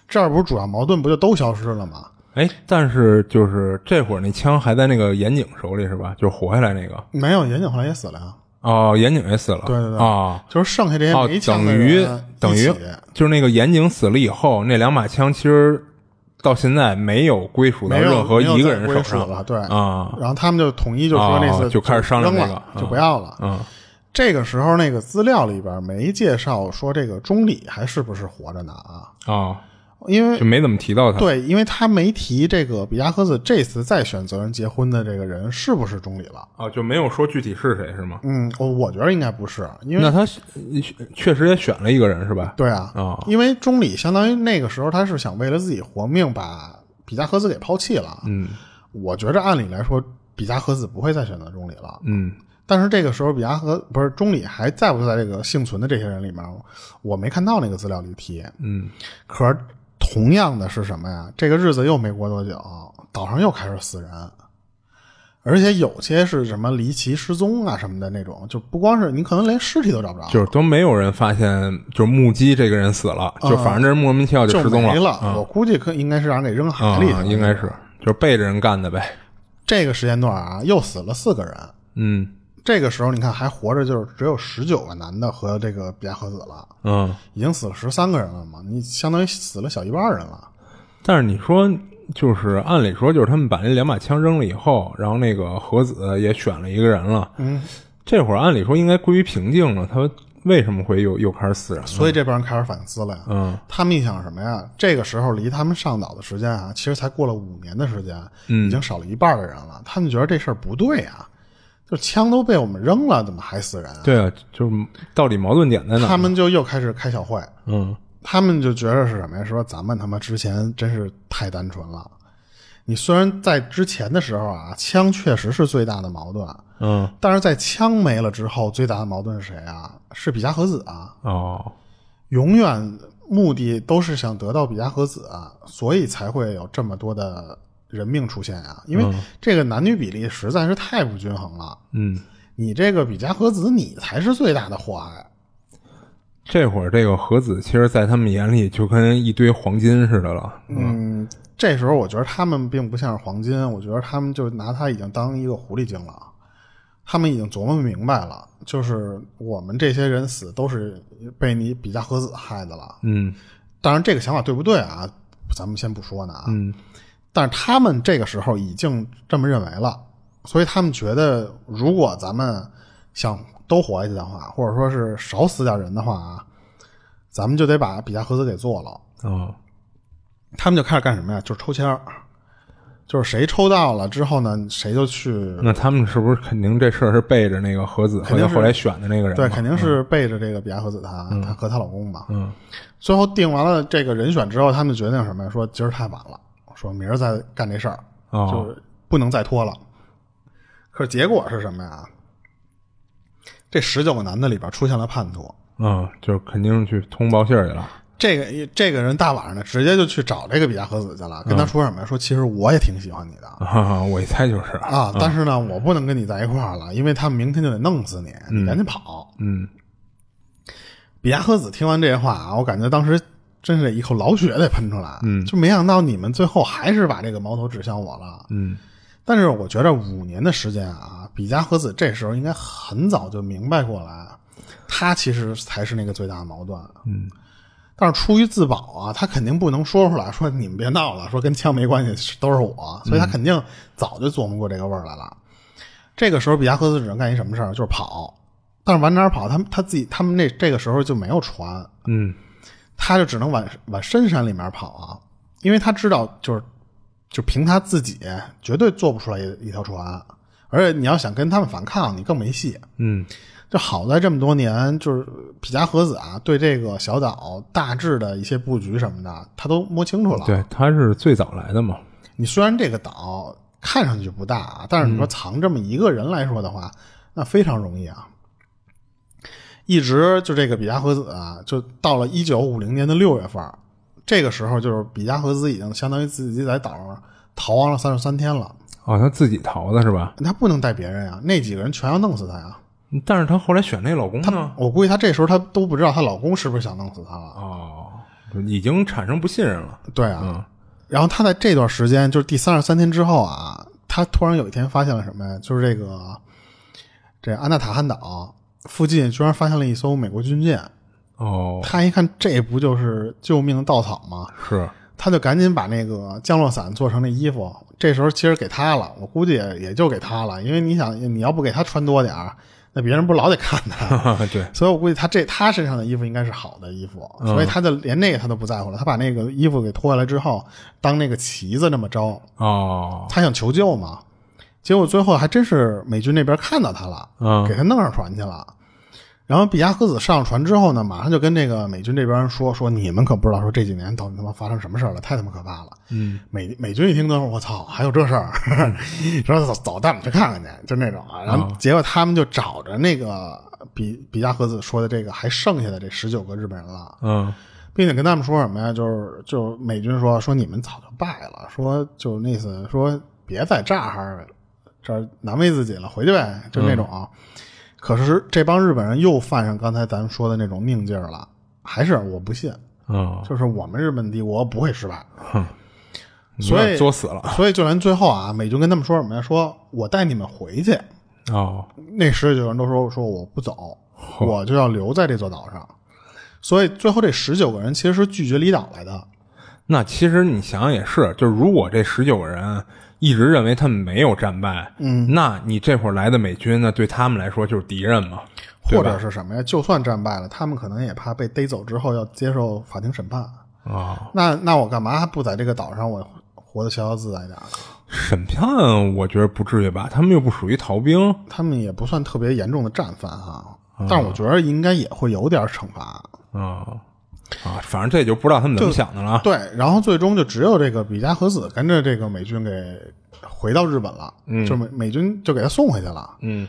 这样不是主要矛盾不就都消失了吗？哎，但是就是这会儿那枪还在那个岩井手里是吧？就是活下来那个，没有，严井后来也死了呀，哦，岩井也死了，对对对啊。就是剩下这些哦没，枪等的于人、等于就是那个岩井死了以后，那两把枪其实到现在没有归属到没有任何没有一个再人归手属上了，对啊，然后他们就统一就说那次哦就开始商量扔这个了，嗯就不要了。嗯这个时候，那个资料里边没介绍说这个钟里还是不是活着呢啊？啊，因为就没怎么提到他。对，因为他没提这个比亚和子这次再选择人结婚的这个人是不是钟里了。啊，就没有说具体是谁是吗？嗯，我我觉得应该不是，因为那他是确实也选了一个人是吧？对啊，啊，因为钟里相当于那个时候他是想为了自己活命把比加和子给抛弃了。嗯我觉着按理来说，比加和子不会再选择钟里了。嗯但是这个时候，比亚和不是钟里还在不在这个幸存的这些人里面？我没看到那个资料里提。嗯，可是同样的是什么呀？这个日子又没过多久，岛上又开始死人，而且有些是什么离奇失踪啊什么的那种，就不光是你可能连尸体都找不着，就是都没有人发现，就是目击这个人死了，就反正这人莫名其妙就失踪没了，嗯我估计可应该是让人给扔海里去了啊，应该是就是背着人干的呗。这个时间段啊，又死了四个人。嗯这个时候你看还活着就是只有十九个男的和这个比亚和子了，嗯，已经死了十三个人了嘛，你相当于死了小一半人了。嗯但是你说，就是按理说，就是他们把那两把枪扔了以后，然后那个和子也选了一个人了，嗯，这会儿按理说应该归于平静了，他为什么会又又开始死人了？所以这帮人开始反思了呀。嗯，他们一想什么呀？这个时候离他们上岛的时间啊，其实才过了五年的时间，嗯已经少了一半的人了。他们觉得这事儿不对啊，就枪都被我们扔了，怎么还死人啊？对啊，就是到底矛盾点在哪？他们就又开始开小会，嗯他们就觉得是什么呀？说咱们他妈之前真是太单纯了。你虽然在之前的时候啊，枪确实是最大的矛盾，嗯但是在枪没了之后，最大的矛盾是谁啊？是比加和子啊！哦永远目的都是想得到比加和子、啊，所以才会有这么多的人命出现啊！因为这个男女比例实在是太不均衡了。嗯，你这个比加和子，你才是最大的祸害。这会儿这个和子其实，在他们眼里就跟一堆黄金似的了，嗯，这时候我觉得他们并不像是黄金，我觉得他们就拿他已经当一个狐狸精了，他们已经琢磨明白了，就是我们这些人死都是被你比加和子害的了。嗯当然，这个想法对不对啊？咱们先不说呢啊。嗯但是他们这个时候已经这么认为了，所以他们觉得，如果咱们想都活下去的话，或者说是少死点人的话啊，咱们就得把比加和子给做了。哦他们就开始干什么呀？就是抽签儿，就是谁抽到了之后呢，谁就去。那他们是不是肯定这事儿是背着那个和子肯后定来是后来选的那个人嘛？对，肯定是背着这个比亚和子她，她和她老公嘛。嗯最后定完了这个人选之后，他们决定什么呀？说今儿太晚了，说明儿再干这事儿，就哦是不能再拖了。可是结果是什么呀？这十九个男的里边出现了叛徒，嗯，就是肯定去通报信儿去了。这个这个人大晚上的直接就去找这个比亚和子去嗯了，跟他说什么呀？说其实我也挺喜欢你的，啊，我一猜就是，啊，但是呢，我不能跟你在一块儿了，因为他们明天就得弄死你，你赶紧跑。嗯，比亚和子听完这些话啊，我感觉当时真是一口老血得喷出来，嗯就没想到你们最后还是把这个矛头指向我了。嗯，但是我觉着五年的时间啊，比加和子这时候应该很早就明白过来，他其实才是那个最大的矛盾。啊嗯，但是出于自保啊，他肯定不能说出来，说你们别闹了，说跟枪没关系，都是我，所以他肯定早就琢磨过这个味儿来了。这个时候，比加和子只能干一什么事儿，就是跑。但是往哪儿跑？他们他自己他们那这个时候就没有船，嗯，他就只能往往深山里面跑啊，因为他知道就是就凭他自己绝对做不出来一一条船，而且你要想跟他们反抗，你更没戏。嗯，就好在这么多年，就是皮加和子啊，对这个小岛大致的一些布局什么的，他都摸清楚了。对，他是最早来的嘛，你虽然这个岛看上去不大啊，但是你说藏这么一个人来说的话，那非常容易啊。一直就这个比加和子啊，就到了一九五零年的六月份儿，这个时候就是比加和子已经相当于自己在岛上逃亡了三十三天了，哦，他自己逃的是吧？他不能带别人呀、那几个人全要弄死他呀、但是他后来选那老公呢？我估计她这时候她都不知道她老公是不是想弄死她了。啊哦，已经产生不信任了。对啊，嗯然后她在这段时间，就是第三十三天之后啊，她突然有一天发现了什么呀？就是这个这安纳塔汉岛附近居然发现了一艘美国军舰。哦，她一看，这不就是救命的稻草吗？是，她就赶紧把那个降落伞做成那衣服。这时候其实给她了，我估计也也就给她了，因为你想，你要不给她穿多点儿，那别人不老得看她。对，所以我估计他这他身上的衣服应该是好的衣服，嗯所以他就连那个他都不在乎了。他把那个衣服给脱下来之后，当那个旗子那么招，哦，他想求救嘛。结果最后还真是美军那边看到他了，嗯给他弄上船去了。然后比亚和子上船之后呢，马上就跟这个美军这边说说，你们可不知道说这几年到底他妈发生什么事儿了，太他妈可怕了。嗯，美美军一听都说我操，还有这事儿， 说走走，带我们去看看去，就那种啊。然后结果他们就找着那个比比亚和子说的这个还剩下的这十九个日本人了，嗯，并且跟他们说什么呀？就是就美军说说你们早就败了，说就那意思说别在这儿这儿难为自己了，回去呗，就那种、可是这帮日本人又犯上刚才咱们说的那种拧劲儿了，还是我不信，啊，就是我们日本帝国不会失败，你所以有点作死了所以就连最后啊，美军跟他们说什么呀？说我带你们回去。哦，那十九个人都说说我不走，我就要留在这座岛上。所以最后这十九个人其实是拒绝离岛来的。那其实你想想也是，就是如果这十九个人一直认为他们没有战败，嗯，那你这会儿来的美军呢，对他们来说就是敌人嘛，对或者是什么呀？就算战败了，他们可能也怕被逮走之后要接受法庭审判。啊、那那我干嘛不在这个岛上我活得逍遥自在点儿？审判我觉得不至于吧，他们又不属于逃兵，他们也不算特别严重的战犯哈，但是我觉得应该也会有点惩罚。啊啊，反正这就不知道他们怎么想的了。对，然后最终就只有这个比加和子跟着这个美军给回到日本了，就美美军就给他送回去了。嗯，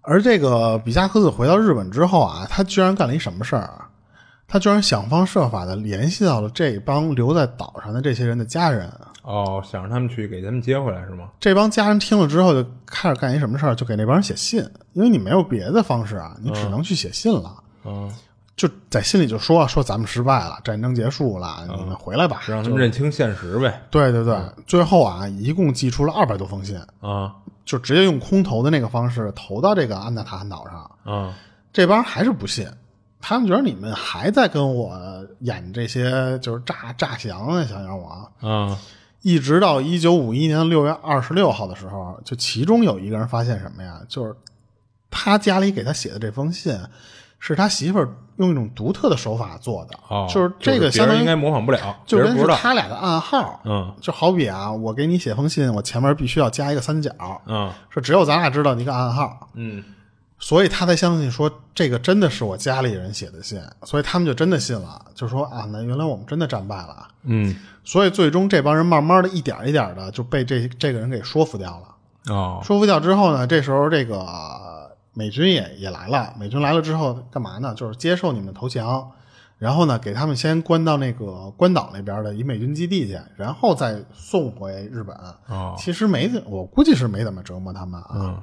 而这个比加科子回到日本之后啊，他居然干了一什么事儿啊？他居然想方设法的联系到了这帮留在岛上的这些人的家人。啊哦，想让他们去给他们接回来是吗？这帮家人听了之后，就开始干一什么事儿，就给那帮人写信，因为你没有别的方式啊，你只能去写信了。嗯，就在心里就说说咱们失败了，战争结束了，你们回来吧。让他们认清现实呗。对对对，嗯最后啊，一共寄出了二百多封信，啊就直接用空投的那个方式投到这个安纳塔汉岛上。啊这帮人还是不信，他们觉得你们还在跟我演这些就是诈诈降啊，想让我啊。啊一直到一九五一年六月二十六号的时候，就其中有一个人发现什么呀？就是他家里给他写的这封信，是他媳妇儿用一种独特的手法做的，哦，就是这个别相当人应于该模仿不了，就别人跟不是知道。他俩的暗号。嗯就好比啊，我给你写封信，我前面必须要加一个三角，嗯说只有咱俩知道一个暗号。嗯所以他才相信说这个真的是我家里人写的信，所以他们就真的信了，就说啊，那原来我们真的战败了啊。嗯所以最终这帮人慢慢的一点一点的就被这这个人给说服掉了。哦说服掉之后呢，这时候这个呃美军也也来了，美军来了之后干嘛呢？就是接受你们投降，然后呢给他们先关到那个关岛那边的一美军基地去，然后再送回日本。哦其实没怎，我估计是没怎么折磨他们啊。嗯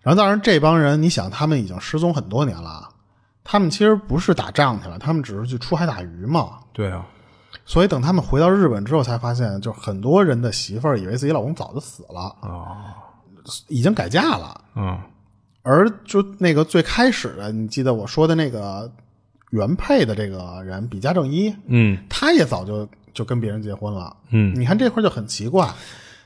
然后，当然，这帮人，你想，他们已经失踪很多年了啊，他们其实不是打仗去了，他们只是去出海打鱼嘛。对啊所以，等他们回到日本之后，才发现，就很多人的媳妇儿以为自己老公早就死了，哦已经改嫁了。嗯而就那个最开始的，你记得我说的那个原配的这个人比嘉正一，嗯他也早就就跟别人结婚了。嗯你看这块儿就很奇怪，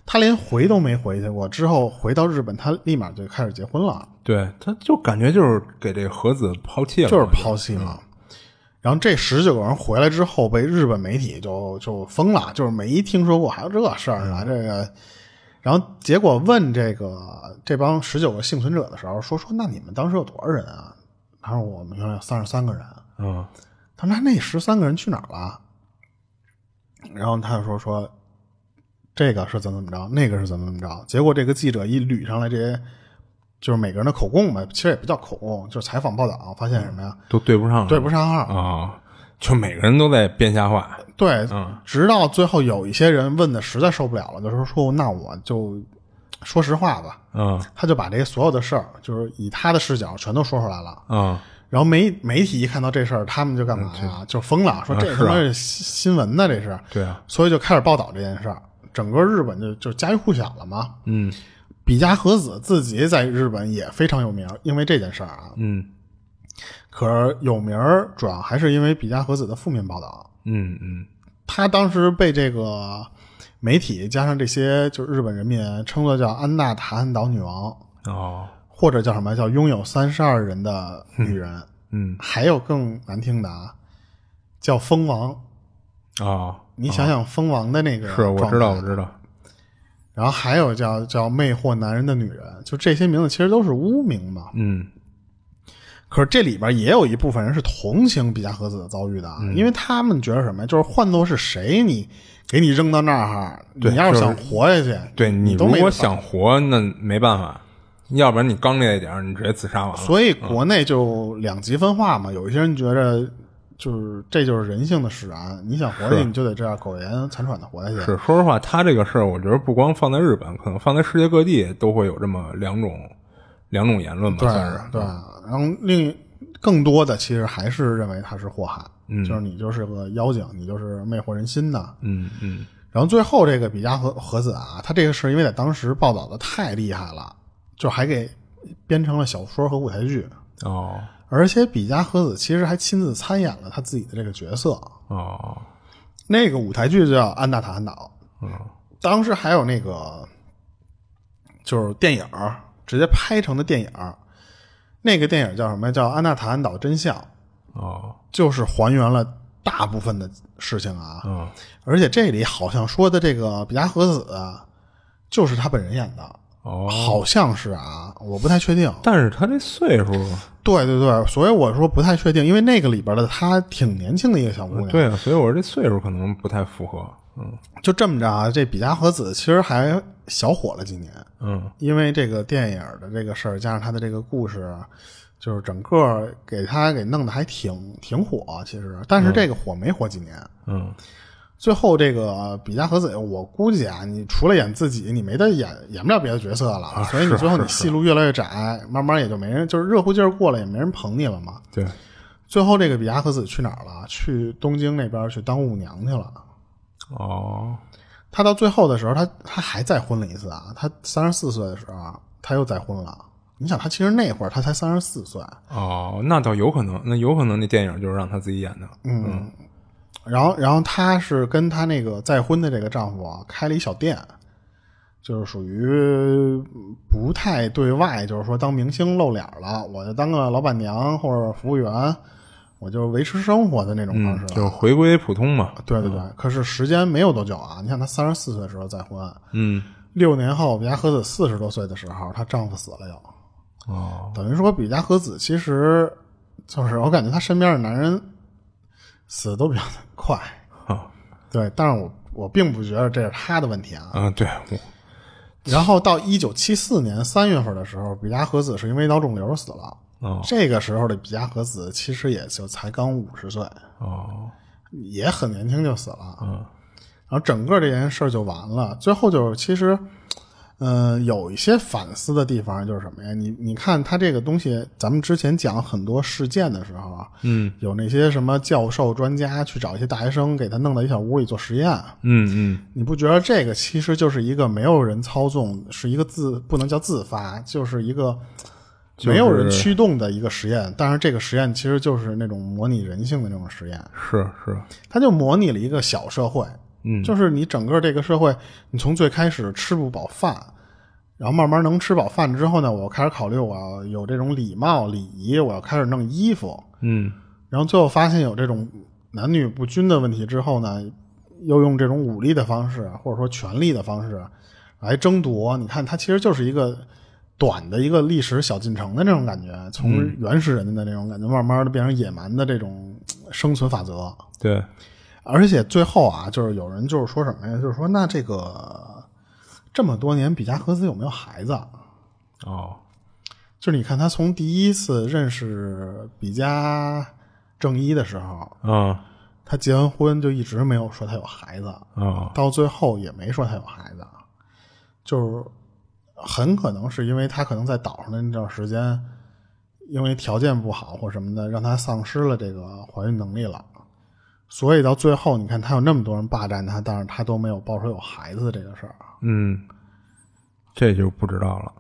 他连回都没回去过，之后回到日本，他立马就开始结婚了。对，他就感觉就是给这个盒子抛弃了，就是抛弃嘛。然后这十九个人回来之后，被日本媒体就就疯了，就是没听说过还有这事儿啊，这个。然后结果问这个这帮十九个幸存者的时候，说说那你们当时有多少人啊？他说我们原来有三十三个人。嗯他说那那十三个人去哪儿了？然后他就说说这个是怎么怎么着，那个是怎么怎么着。结果这个记者一捋上来这些，就是每个人的口供吧，其实也不叫口供，就是采访报道，发现什么呀？都对不上了，对不上号。啊，就每个人都在编瞎话，对，嗯直到最后有一些人问的实在受不了了，就说说那我就说实话吧。嗯他就把这些所有的事儿，就是以他的视角全都说出来了。嗯然后媒媒体一看到这事儿，他们就干嘛呀？就疯了，说这啊他是啊妈是新新闻呢，这是。对啊，所以就开始报道这件事儿，整个日本就就家喻户晓了嘛。嗯比嘉和子自己在日本也非常有名，因为这件事儿啊。嗯可是有名儿主要还是因为比嘉和子的负面报道。嗯嗯他当时被这个媒体加上这些就是日本人民称作叫安娜塔汉岛女王，哦或者叫什么叫拥有三十二人的女人，嗯还有更难听的啊，叫蜂王。哦，你想想蜂王的那个、是我知道我。知道，然后还有叫叫魅惑男人的女人，就这些名字其实都是污名嘛。嗯可是这里边也有一部分人是同情比加和子的遭遇的啊，嗯因为他们觉得什么呀？就是换做是谁，你给你扔到那儿，对你要是就是想活下去，对你都如没果得想活，那没办法，要不然你刚烈一点儿，你直接自杀完了。所以国内就两极分化嘛，有一些人觉着就是这就是人性的使然。你想活下去，是你就得这样苟延残喘的活下去。是，说实话，他这个事儿，我觉得不光放在日本，可能放在世界各地都会有这么两种两种言论吧，对算是。嗯对，然后另一更多的其实还是认为他是祸害，嗯就是你就是个妖精，你就是魅惑人心的。嗯嗯，然后最后这个比嘉和和子啊，他这个事儿因为在当时报道的太厉害了，就还给编成了小说和舞台剧，哦而且比嘉和子其实还亲自参演了他自己的这个角色。哦，那个舞台剧叫《安娜塔汉岛》，嗯当时还有那个就是电影儿直接拍成的电影儿，那个电影叫什么？叫《安娜塔汉岛真相》，哦就是还原了大部分的事情啊。嗯而且这里好像说的这个比嘉和子啊就是他本人演的，哦，好像是啊，我不太确定。但是他这岁数，对对对，所以我说不太确定，因为那个里边的她挺年轻的一个小姑娘。对啊，所以我说这岁数可能不太符合。嗯就这么着啊，这比嘉和子其实还小火了几年。嗯因为这个电影的这个事儿，加上他的这个故事，啊就是整个给他给弄得还挺挺火。啊其实，但是这个火没火几年，嗯最后这个比嘉和子，我估计啊，你除了演自己，你没得演，演不了别的角色了。所以你啊是最后你是是戏路越来越窄，慢慢也就没人，就是热乎劲儿过了，也没人捧你了嘛。对，最后这个比嘉和子去哪儿了？去东京那边去当舞娘去了。哦她到最后的时候，她她还再婚了一次啊。她三十四岁的时候啊，她又再婚了。你想，她其实那会儿她才三十四岁，哦，那倒有可能，那有可能那电影就是让他自己演的。嗯，然后然后她是跟她那个再婚的这个丈夫啊开了一小店，就是属于不太对外，就是说当明星露脸了，我就当个老板娘或者服务员，我就维持生活的那种方式嗯，了。就回归普通嘛。对对对，可是时间没有多久啊！你看她三十四岁的时候再婚，嗯六年后，比嘉和子四十多岁的时候，她丈夫死了又。哦等于说，比嘉和子其实就是我感觉她身边的男人死的都比较快，哈对。但是我我并不觉得这是她的问题啊。啊，对，我然后到一九七四年三月份的时候，比嘉和子是因为脑肿瘤死了。哦这个时候的比嘉和子其实也就才刚五十岁，哦也很年轻就死了。啊嗯然后整个这件事儿就完了。最后就是其实，嗯、有一些反思的地方就是什么呀？你你看他这个东西，咱们之前讲很多事件的时候啊，嗯有那些什么教授、专家去找一些大学生，给他弄到一小屋里做实验。嗯嗯，你不觉得这个其实就是一个没有人操纵，是一个自不能叫自发，就是一个就是没有人驱动的一个实验？但是这个实验其实就是那种模拟人性的那种实验，是是，它就模拟了一个小社会，嗯就是你整个这个社会，你从最开始吃不饱饭，然后慢慢能吃饱饭之后呢，我开始考虑我要有这种礼貌礼仪，我要开始弄衣服，嗯然后最后发现有这种男女不均的问题之后呢，又用这种武力的方式或者说权力的方式来争夺。你看，它其实就是一个短的一个历史小进程的那种感觉，从原始人的那种感觉，慢慢的变成野蛮的这种呃生存法则。对，而且最后啊，就是有人就是说什么呀？就是说那这个这么多年，比嘉和子有没有孩子啊？哦就是你看他从第一次认识比嘉正一的时候，啊他结完婚就一直没有说他有孩子，啊到最后也没说他有孩子，就是很可能是因为他可能在岛上的那段时间，因为条件不好或什么的，让他丧失了这个怀孕能力了。所以到最后，你看他有那么多人霸占他，但是他都没有爆出有孩子的这个事儿。啊嗯，这就不知道了。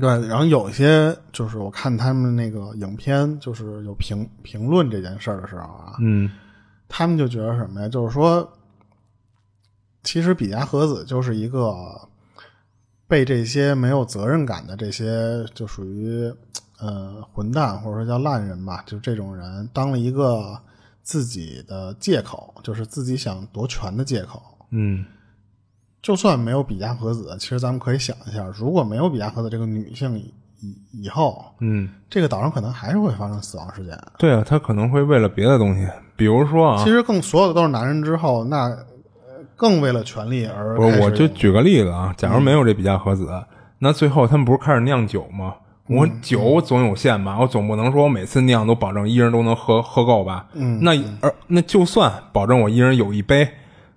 对，然后有一些就是我看他们那个影片，就是有评评论这件事儿的时候啊，嗯他们就觉得什么呀？就是说，其实比嘉和子就是一个被这些没有责任感的这些就属于呃混蛋或者说叫烂人吧，就这种人当了一个自己的借口，就是自己想夺权的借口。嗯就算没有比嘉和子，其实咱们可以想一下，如果没有比嘉和子这个女性以以以后，嗯，这个岛上可能还是会发生死亡事件。对啊，他可能会为了别的东西，比如说啊其，实更所有的都是男人之后，那呃更为了权力而不是，开始我就举个例子啊，假如没有这比价和子，那最后他们不是开始酿酒吗？我嗯酒总有限吧，我总不能说我每次酿都保证一人都能喝喝够吧。嗯，那而那就算保证我一人有一杯，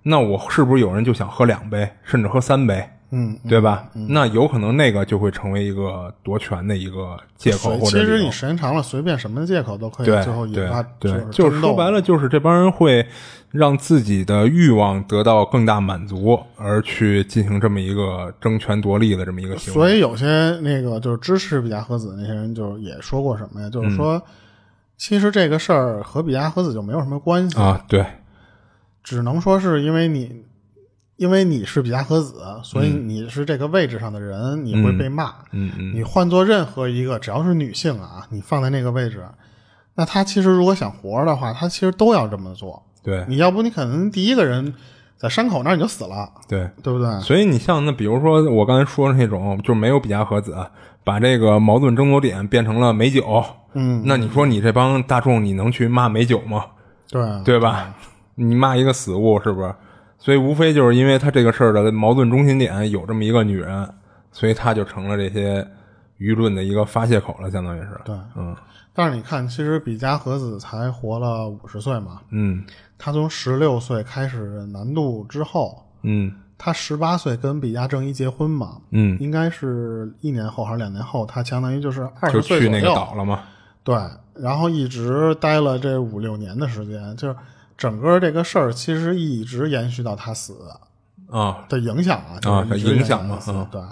那我是不是有人就想喝两杯，甚至喝三杯？嗯，对吧？那有可能那个就会成为一个夺权的一个借口随或其者实理由你时间长了，随便什么借口都可以，对最后引发对对，就就是说白了，了，就是这帮人会让自己的欲望得到更大满足，而去进行这么一个争权夺利的这么一个行为。所以有些那个就是支持比亚和子那些人，就是也说过什么呀，就是嗯说，其实这个事儿和比亚和子就没有什么关系，啊，对，只能说是因为你，因为你是比亚和子，所以你是这个位置上的人，你会被骂。嗯嗯，你换做任何一个，只要是女性啊，你放在那个位置，那她其实如果想活着的话，她其实都要这么做。对你要不你可能第一个人在山口那儿你就死了，对。对不对？所以你像那，比如说我刚才说的那种，就没有比亚和子，把这个矛盾争夺点变成了美酒，嗯，那你说你这帮大众，你能去骂美酒吗？对啊对吧？你骂一个死物是不是？所以无非就是因为他这个事儿的矛盾中心点有这么一个女人，所以他就成了这些舆论的一个发泄口了，相当于是。对。嗯但是你看，其实比嘉和子才活了五十岁嘛，嗯她从十六岁开始南渡之后，嗯她十八岁跟比嘉正一结婚嘛，嗯，应该是一年后还是两年后，她相当于就是二就十岁去左那个右岛了嘛。对，然后一直待了这五六年的时间，就是整个这个事儿其实一直延续到他死啊，的影响啊，啊就是一直影延响续到他死嘛嗯对，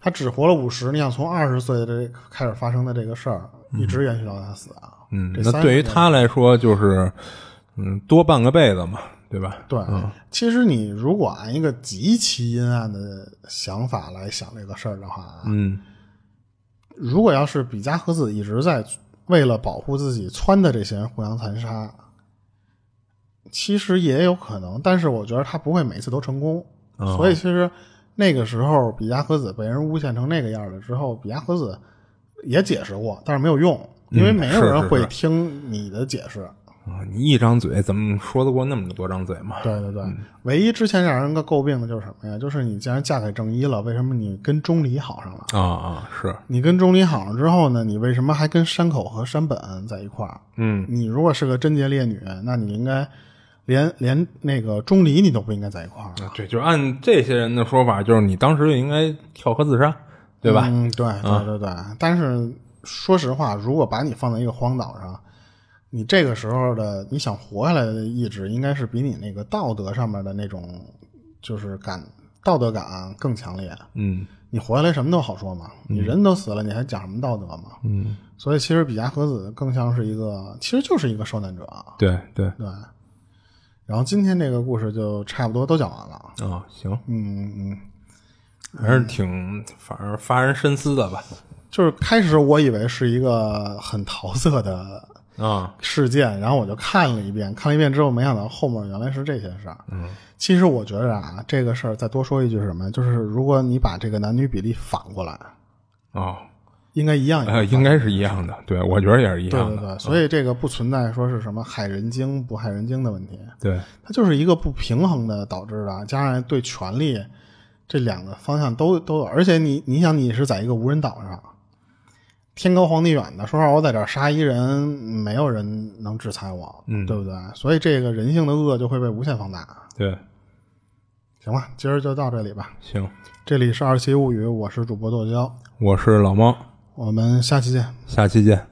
他只活了五十，你想从二十岁的这个开始发生的这个事儿，一直延续到他死啊，嗯，这那30对于年他来说就是，嗯，多半个辈子嘛，对吧？对，其实你如果按一个极其阴暗的想法来想这个事儿的话啊，嗯如果要是比嘉和子一直在为了保护自己撺的这些人互相残杀，其实也有可能，但是我觉得他不会每次都成功。哦所以其实那个时候比嘉和子被人诬陷成那个样儿了之后，比嘉和子也解释过，但是没有用，因为嗯没有是是人会是听你的解释。啊，你一张嘴怎么说得过那么多张嘴嘛？对对对，唯一之前让人个诟病的就是什么呀？就是你既然嫁给正一了，为什么你跟钟离好上了？啊啊，是，你跟钟离好上之后呢，你为什么还跟山口和山本在一块儿？嗯你如果是个贞洁烈女，那你应该连连那个钟离你都不应该在一块儿啊，对，就按这些人的说法，就是你当时就应该跳河自杀，对吧？啊嗯，对对对对。但是说实话，如果把你放在一个荒岛上，你这个时候的你想活下来的意志，应该是比你那个道德上面的那种就是感道德感更强烈。嗯你活下来什么都好说嘛，你人都死了，你还讲什么道德嘛？嗯，所以其实比嘉和子更像是一个，其实就是一个受难者啊。对对对。然后今天这个故事就差不多都讲完了。啊、行，嗯嗯，还是挺反正发人深思的吧。就是开始我以为是一个很桃色的啊，事件，然后我就看了一遍，看了一遍之后，没想到后面原来是这些事儿。嗯，其实我觉着啊，这个事儿再多说一句是什么呀？就是如果你把这个男女比例反过来，哦，应该一样一样。呃，应该是一样的，对我觉得也是一对样对的，嗯对，所以这个不存在说是什么害人精不害人精的问题，对它就是一个不平衡的导致的，啊加上对权力这两个方向都都有，而且你你想你是在一个无人岛上，天高皇帝远的，说实话，我在这儿杀一人，没有人能制裁我，嗯对不对？所以这个人性的恶就会被无限放大。对，行吧，今儿就到这里吧。行，这里是《二七物语》，我是主播剁椒，我是老猫，我们下期见。下期见。